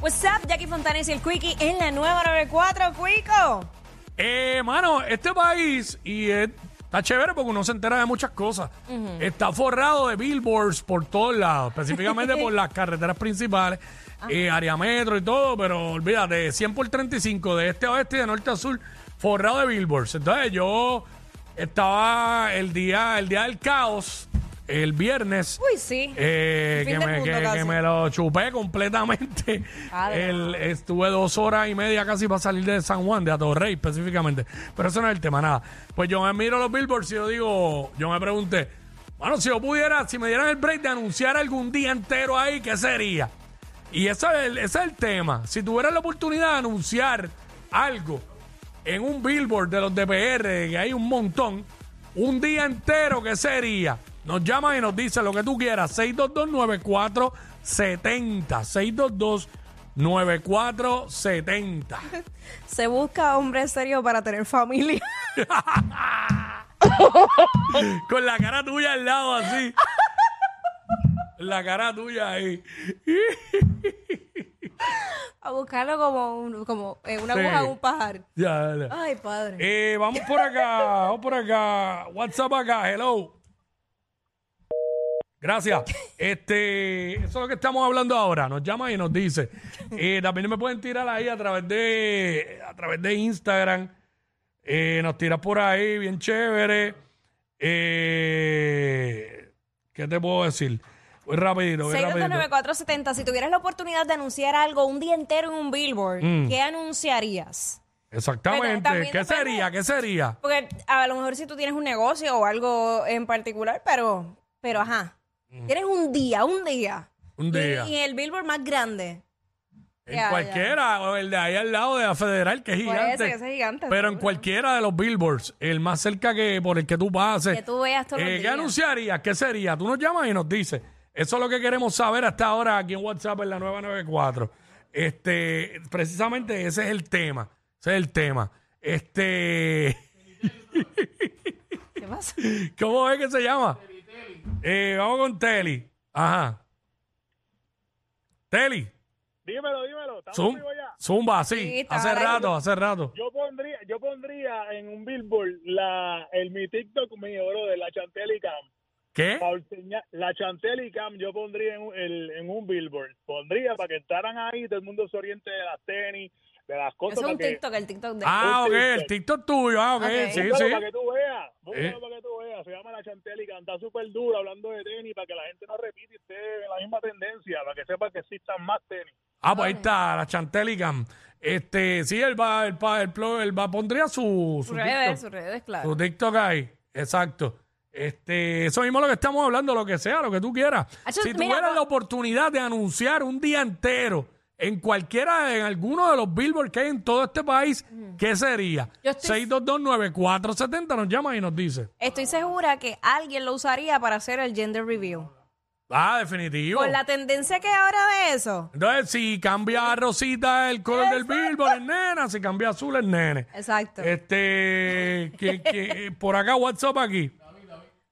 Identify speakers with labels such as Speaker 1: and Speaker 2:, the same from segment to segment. Speaker 1: What's up, Jackie Fontanes y el Quickie en la nueva 94, Quico.
Speaker 2: Eh, mano, este país, y eh, está chévere porque uno se entera de muchas cosas, está forrado de billboards por todos lados, específicamente por las carreteras principales, eh, área metro y todo, pero olvídate, 100 por 35, de este a oeste y de norte a sur, forrado de billboards. Entonces yo estaba el día, el día del caos, el viernes.
Speaker 1: Uy, sí.
Speaker 2: Eh,
Speaker 1: El fin
Speaker 2: que,
Speaker 1: del
Speaker 2: me,
Speaker 1: mundo
Speaker 2: que-
Speaker 1: casi. Ah,
Speaker 2: que me lo chupé completamente.
Speaker 1: Además.
Speaker 2: El- estuve dos horas y media casi para salir de San Juan, de Atorrey específicamente. Pero eso no es el tema, nada. Pues yo me miro los billboards y yo digo, yo me pregunté, bueno, si yo pudiera, si me dieran el break de anunciar algún día entero ahí, ¿qué sería? Y ese es el, ese es el tema. Si tuvieras la oportunidad de anunciar algo en un billboard de los DPR, que hay un montón, un día entero, ¿qué sería? Nos llama y nos dice lo que tú quieras. 622-9470. 622-9470.
Speaker 1: Se busca hombre serio para tener familia.
Speaker 2: Con la cara tuya al lado así. La cara tuya ahí.
Speaker 1: A buscarlo como, un- como eh, una
Speaker 2: Sí.
Speaker 1: aguja en un pajar.
Speaker 2: Ya, dale.
Speaker 1: Ay, padre.
Speaker 2: Eh, vamos por acá, vamos por acá. WhatsApp acá, hello. Gracias. Este, eso es lo que estamos hablando ahora. Nos llama y nos dice. Eh, también me pueden tirar ahí a través de, a través de Instagram. Eh, nos tiras por ahí, bien chévere. Eh, ¿Qué te puedo decir? Voy rapidito, voy rapidito.
Speaker 1: 629-470, si tuvieras la oportunidad de anunciar algo un día entero en un billboard,
Speaker 2: Mm.
Speaker 1: ¿qué anunciarías? Pero
Speaker 2: Exactamente.
Speaker 1: también
Speaker 2: ¿Qué
Speaker 1: depende.
Speaker 2: sería? ¿Qué sería?
Speaker 1: Porque a lo mejor si tú tienes un negocio o algo en particular, pero, pero ajá. Tienes un día, un día.
Speaker 2: Mm. Un
Speaker 1: Y-
Speaker 2: día.
Speaker 1: Y, el billboard más grande.
Speaker 2: En
Speaker 1: Ya, ya.
Speaker 2: cualquiera, o el de ahí al lado de la Federal, que es
Speaker 1: Por
Speaker 2: gigante.
Speaker 1: ese, ese es gigante,
Speaker 2: Pero en
Speaker 1: seguro.
Speaker 2: cualquiera de los billboards, el más cerca que por el que tú pases.
Speaker 1: Que tú veas todos los
Speaker 2: Eh, ¿Qué
Speaker 1: días.
Speaker 2: anunciarías? ¿Qué sería? Tú nos llamas y nos dices. Eso es lo que queremos saber hasta ahora aquí en WhatsApp en la 994. Este, precisamente ese es el tema. Ese es el tema. Este,
Speaker 1: ¿Qué pasa?
Speaker 2: ¿cómo es que se llama? Eh, vamos con Teli. Ajá. Teli,
Speaker 3: Dímelo, dímelo. ¿estamos
Speaker 2: zum-
Speaker 3: vivos ya?
Speaker 2: zumba, sí.
Speaker 1: Sí, está
Speaker 2: hace
Speaker 1: ahora ahí.
Speaker 2: rato, hace rato.
Speaker 3: Yo pondría, yo pondría en un billboard la, el mi TikTok mío, bro, de la Chantel y Cam.
Speaker 2: ¿Qué?
Speaker 3: Pa' enseñar- la Chantel y Cam yo pondría en, un- el- en un billboard. Pondría para que entraran ahí, todo el mundo se oriente de las tenis, de las cosas.
Speaker 1: Eso es
Speaker 3: para
Speaker 1: un
Speaker 3: que-
Speaker 1: TikTok, el TikTok de...
Speaker 2: Ah, ok,
Speaker 3: Un
Speaker 2: el
Speaker 3: TikTok.
Speaker 2: TikTok tuyo. Ah, ok,
Speaker 1: Ok.
Speaker 2: sí,
Speaker 3: Búscalo
Speaker 2: sí.
Speaker 3: para que tú veas. Búscalo
Speaker 2: Eh.
Speaker 3: para que tú veas. Se llama la Chantel y Cam. Está súper dura hablando de tenis para que la gente no repite y esté en la misma tendencia, para que sepa que existan más tenis.
Speaker 2: Ah, pues ahí está, la Chantelicam. Este, sí, él va, él va, él plo- él va, pondría su, su
Speaker 1: Sus redes,
Speaker 2: TikTok.
Speaker 1: sus redes, claro.
Speaker 2: Su TikTok ahí, exacto. Este, eso mismo es lo que estamos hablando, lo que sea, lo que tú quieras.
Speaker 1: Acho,
Speaker 2: si
Speaker 1: mira,
Speaker 2: tuvieras
Speaker 1: va-
Speaker 2: la oportunidad de anunciar un día entero en cualquiera, en alguno de los billboards que hay en todo este país, ¿qué sería?
Speaker 1: Yo estoy-
Speaker 2: 6229470 nos llama y nos dice.
Speaker 1: Estoy segura que alguien lo usaría para hacer el gender review.
Speaker 2: Ah, definitivo.
Speaker 1: Con la tendencia que hay ahora de eso.
Speaker 2: Entonces, si cambia a rosita el color del billboard, es nena. Si cambia azul, es nene.
Speaker 1: Exacto.
Speaker 2: Este, que, que- por acá, WhatsApp aquí.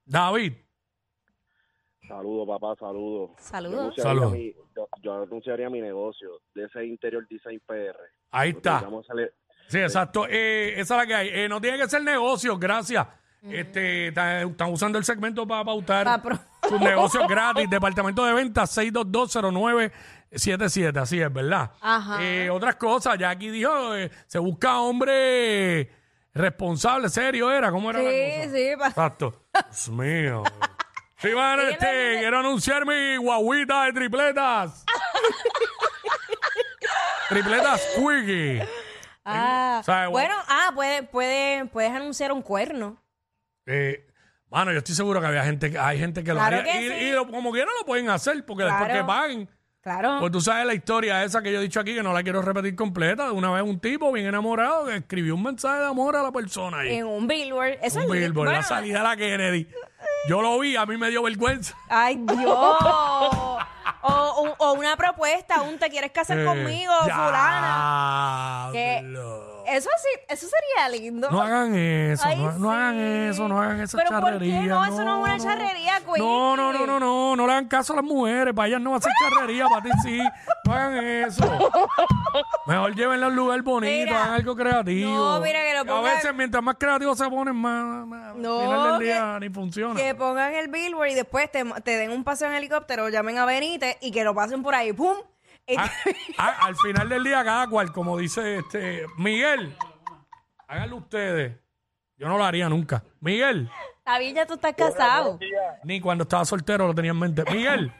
Speaker 2: David.
Speaker 4: Saludos, papá, saludos.
Speaker 1: Saludos.
Speaker 4: Yo anunciaría
Speaker 2: Saludos.
Speaker 4: mi- yo, yo anunciaría mi negocio de ese Interior Design PR.
Speaker 2: ahí está.
Speaker 4: Vamos a salir-
Speaker 2: Sí, exacto. Eh, esa es la que hay. Eh, no tiene que ser negocio, gracias. Este, ta- están usando el segmento para
Speaker 1: Pa'
Speaker 2: pautar
Speaker 1: pro-
Speaker 2: sus negocios gratis. Departamento de ventas 6220977, así es, ¿verdad?
Speaker 1: Ajá.
Speaker 2: Eh, otras cosas, ya aquí dijo, eh, se busca hombre responsable, serio era, ¿cómo era la
Speaker 1: Sí,
Speaker 2: cosa?
Speaker 1: sí. pa-
Speaker 2: Exacto. Dios mío. Sí, mano,
Speaker 1: Ella
Speaker 2: este,
Speaker 1: le dice-
Speaker 2: quiero anunciar mi guaguita de tripletas. tripletas Quiggy.
Speaker 1: Ah,
Speaker 2: O sea,
Speaker 1: bueno, ah, puede, puede, puedes anunciar un cuerno.
Speaker 2: Eh, mano, yo estoy seguro que había gente, que- hay gente que
Speaker 1: Claro
Speaker 2: lo haría.
Speaker 1: que
Speaker 2: y,
Speaker 1: sí.
Speaker 2: y lo- como quiera lo pueden hacer, porque después
Speaker 1: Claro.
Speaker 2: que paguen,
Speaker 1: Claro.
Speaker 2: Pues tú sabes la historia esa que yo he dicho aquí, que no la quiero repetir completa. de Una vez un tipo bien enamorado que escribió un mensaje de amor a la persona ahí.
Speaker 1: En un billboard. Eso
Speaker 2: un
Speaker 1: es
Speaker 2: billboard, la
Speaker 1: bueno,
Speaker 2: salida a la Kennedy. Yo lo vi, a mí me dio vergüenza.
Speaker 1: Ay, Dios. o, o- o una propuesta, un te quieres casar
Speaker 2: Eh,
Speaker 1: conmigo, fulana. Que-
Speaker 2: diablo.
Speaker 1: Eso sí, eso sería lindo.
Speaker 2: No hagan eso,
Speaker 1: Ay,
Speaker 2: no, no
Speaker 1: sí.
Speaker 2: hagan eso, no hagan esa
Speaker 1: Pero ¿por qué
Speaker 2: charrería.
Speaker 1: no? Eso no es una charrería, Quickie.
Speaker 2: No, no, no, no, no, no le hagan caso a las mujeres, para ellas no va a ser charrería, para ti sí, no hagan eso. Mejor llévenla a un lugar bonito,
Speaker 1: Mira.
Speaker 2: hagan algo creativo.
Speaker 1: No, mira, que lo
Speaker 2: A
Speaker 1: pongan-
Speaker 2: veces mientras más creativos se ponen, más, más
Speaker 1: No,
Speaker 2: al final del
Speaker 1: que-
Speaker 2: día ni funciona.
Speaker 1: Que pongan el billboard y después te, te den un paseo en helicóptero, llamen a Benítez y que lo pasen por ahí. ¡Pum! Este, Y
Speaker 2: Ah, ah, al final del día, cada cual, como dice este Miguel, háganlo ustedes. Yo no lo haría nunca. Miguel,
Speaker 1: Está bien, ya tú estás casado.
Speaker 2: ni cuando estaba soltero lo tenía en mente. Miguel, Hello.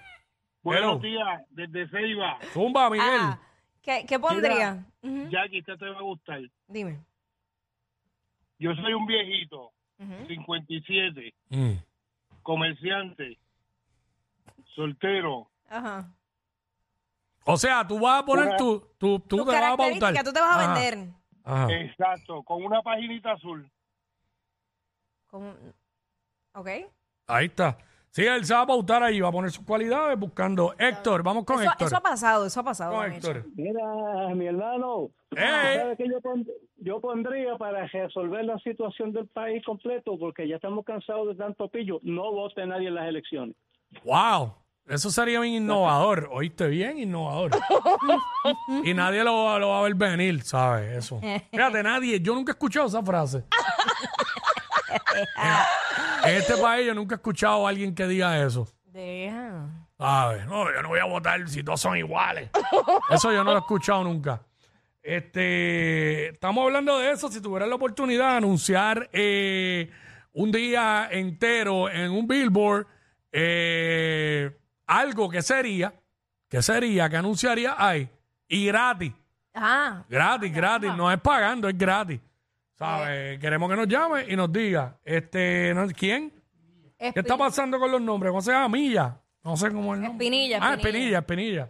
Speaker 3: Buenos días, desde Ceiba.
Speaker 2: zumba, Miguel.
Speaker 1: Ah, ¿qué, qué pondría? Ujú,
Speaker 3: Jackie, esta te va a gustar.
Speaker 1: Dime.
Speaker 3: Yo soy un viejito,
Speaker 1: Ujú.
Speaker 3: 57,
Speaker 2: Mm.
Speaker 3: comerciante, soltero.
Speaker 1: Ajá.
Speaker 2: O sea, tú vas a poner
Speaker 3: Una-
Speaker 2: tu, tu, tú
Speaker 1: Tus
Speaker 2: te vas a pautar.
Speaker 1: características, tú te vas a
Speaker 2: Ajá,
Speaker 1: vender.
Speaker 2: ajá.
Speaker 3: Exacto, con una paginita azul.
Speaker 1: Como- ¿Ok?
Speaker 2: Ahí está. Sí, él se va a pautar ahí, va a poner sus cualidades buscando. Héctor, vamos con
Speaker 1: Eso,
Speaker 2: Héctor.
Speaker 1: eso ha pasado, eso ha pasado.
Speaker 2: con
Speaker 1: Juan Eche.
Speaker 2: Héctor.
Speaker 5: Mira, mi hermano,
Speaker 2: ¡Ey!
Speaker 5: ¿sabes qué yo, pon- yo pondría para resolver la situación del país completo? Porque ya estamos cansados de tanto pillo. No vote nadie en las elecciones.
Speaker 2: Wow, eso sería bien innovador, oíste bien, innovador. y nadie lo, va- lo va a ver venir, ¿sabes? Eso. Fíjate, nadie, yo nunca he escuchado esa frase. en, en este país yo nunca he escuchado a alguien que diga eso.
Speaker 1: Deja.
Speaker 2: ¿Sabes? No, yo no voy a votar si todos son iguales. Eso yo no lo he escuchado nunca. Este, estamos hablando de eso. Si tuvieras la oportunidad de anunciar eh, un día entero en un billboard eh, algo que sería, que sería, que anunciaría ahí y gratis,
Speaker 1: Ah,
Speaker 2: gratis, gratis, no es pagando, es gratis. ¿Sabes? Queremos que nos llame y nos diga, este, ¿no? ¿quién? ¿Qué está pasando con los nombres? ¿Cómo se llama? Milla. No sé cómo es el nombre.
Speaker 1: Espinilla,
Speaker 2: Ah,
Speaker 1: Espinilla.
Speaker 2: Espinilla, Espinilla.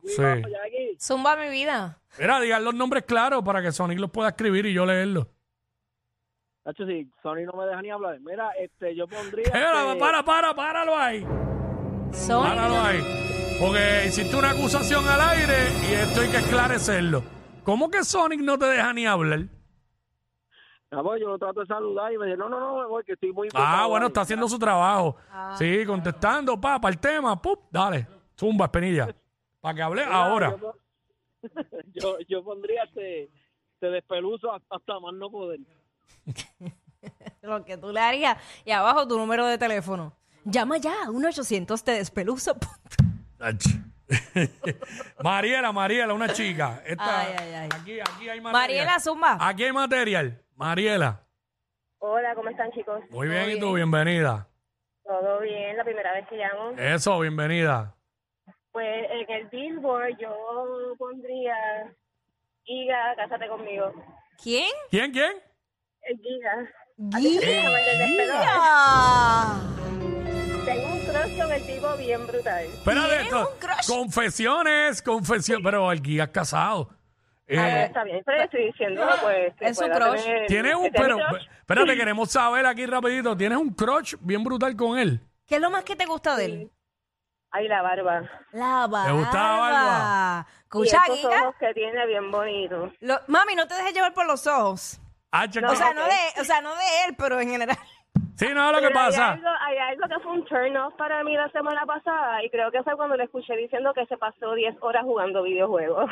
Speaker 2: cuidado, Sí.
Speaker 1: Zumba mi vida.
Speaker 2: Mira, digan los nombres claros para que Sonic los pueda escribir y yo leerlos.
Speaker 5: Nacho, si Sony no me deja ni hablar. Mira, este, yo pondría...
Speaker 2: Espera,
Speaker 5: este,
Speaker 2: para, para, páralo ahí.
Speaker 1: Son.
Speaker 2: Páralo ahí. Porque hiciste una acusación al aire y esto hay que esclarecerlo. ¿Cómo que Sonic no te deja ni hablar?
Speaker 5: Amor, Ah, pues, yo lo trato de saludar y me dice, no, no, no, me voy, que estoy muy...
Speaker 2: Ah,
Speaker 5: ocupado,
Speaker 2: bueno,
Speaker 5: dale.
Speaker 2: está haciendo su trabajo.
Speaker 1: Ah,
Speaker 2: Sí, contestando, papá, el tema. ¡Pup! Dale, zumba, Espinilla. Para que hable ahora.
Speaker 5: Yo, yo pondría este... Te despeluzo hasta- hasta más no poder.
Speaker 1: Lo que tú le harías. Y abajo tu número de teléfono. Llama ya, 1-800 te despeluso.
Speaker 2: Ach. Mariela, Mariela, una chica. Esta-
Speaker 1: Ay, ay, ay.
Speaker 2: Aquí, aquí hay material.
Speaker 1: Mariela Zumba.
Speaker 2: Aquí hay material. Mariela,
Speaker 6: Hola, ¿cómo están chicos?
Speaker 2: muy bien, y tú, bienvenida.
Speaker 6: Todo bien, la primera vez que llamo.
Speaker 2: Eso, bienvenida.
Speaker 6: Pues en el Billboard yo pondría Giga, cásate conmigo.
Speaker 1: ¿Quién?
Speaker 2: ¿Quién, quién?
Speaker 6: Eh, Giga.
Speaker 1: Guía.
Speaker 6: Como el del despegado. Tengo un crush con el tipo bien brutal.
Speaker 2: Espérate,
Speaker 1: ¿Tienes
Speaker 2: esto.
Speaker 1: un crush?
Speaker 2: Confesiones, confesiones. Pero el guía es casado. Eh,
Speaker 6: Ah, está bien, pero estoy diciendo pues... que
Speaker 1: Es su
Speaker 6: pueda
Speaker 1: crush.
Speaker 6: tener-
Speaker 2: tienes un,
Speaker 6: que sea mi
Speaker 2: pero, pues,
Speaker 6: crush.
Speaker 2: espérate, queremos saber aquí rapidito. Tienes un crush bien brutal con él.
Speaker 1: ¿Qué es lo más que te gusta de él?
Speaker 6: Ay, la barba.
Speaker 1: La barba.
Speaker 2: ¿Te gusta la barba?
Speaker 6: Y
Speaker 1: Escucha,
Speaker 6: esos
Speaker 1: Giga.
Speaker 6: ojos que tiene bien bonitos.
Speaker 1: Lo- mami, no te dejes llevar por los ojos.
Speaker 2: Ah, checa-
Speaker 1: O sea, no de, o sea, no de él, pero en general.
Speaker 2: sí, no, lo que
Speaker 6: Pero hay
Speaker 2: pasa.
Speaker 6: algo- Hay algo, que fue un turn off para mí la semana pasada y creo que fue cuando le escuché diciendo que se pasó 10 horas jugando videojuegos.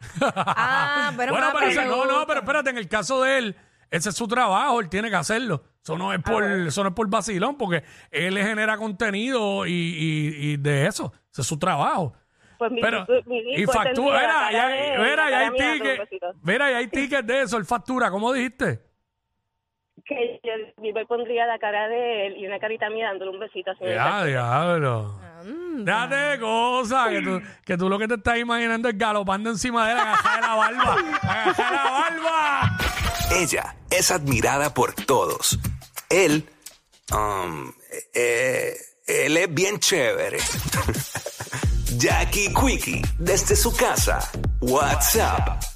Speaker 1: Ah, pero
Speaker 2: bueno,
Speaker 1: más
Speaker 2: pero ese- no,
Speaker 1: peludo.
Speaker 2: no, pero espérate, en el caso de él, ese es su trabajo, él tiene que hacerlo. Eso no es por, eso no es por vacilón, porque él le genera contenido y, y- y de eso, ese es su trabajo.
Speaker 6: Pues mi,
Speaker 2: Pero,
Speaker 6: mi
Speaker 2: y
Speaker 6: disco
Speaker 2: factura,
Speaker 6: tendría
Speaker 2: mira,
Speaker 6: cara
Speaker 2: ya,
Speaker 6: de-
Speaker 2: mira, ya
Speaker 6: cara
Speaker 2: hay
Speaker 6: mía, pues,
Speaker 2: tickets,
Speaker 6: trompecitos.
Speaker 2: mira, ya hay tickets de eso, el factura, ¿cómo dijiste?
Speaker 6: Que yo, yo me pondría la cara de él y una carita mía dándole un besito así.
Speaker 2: Ya, diablo. Déjate de cosas, que tú, que tú lo que te estás imaginando es galopando encima de él, agajar la barba, agajar la barba.
Speaker 7: Ella es admirada por todos. Él, um, eh, Él es bien chévere. Jackie Quickie, desde su casa. WhatsApp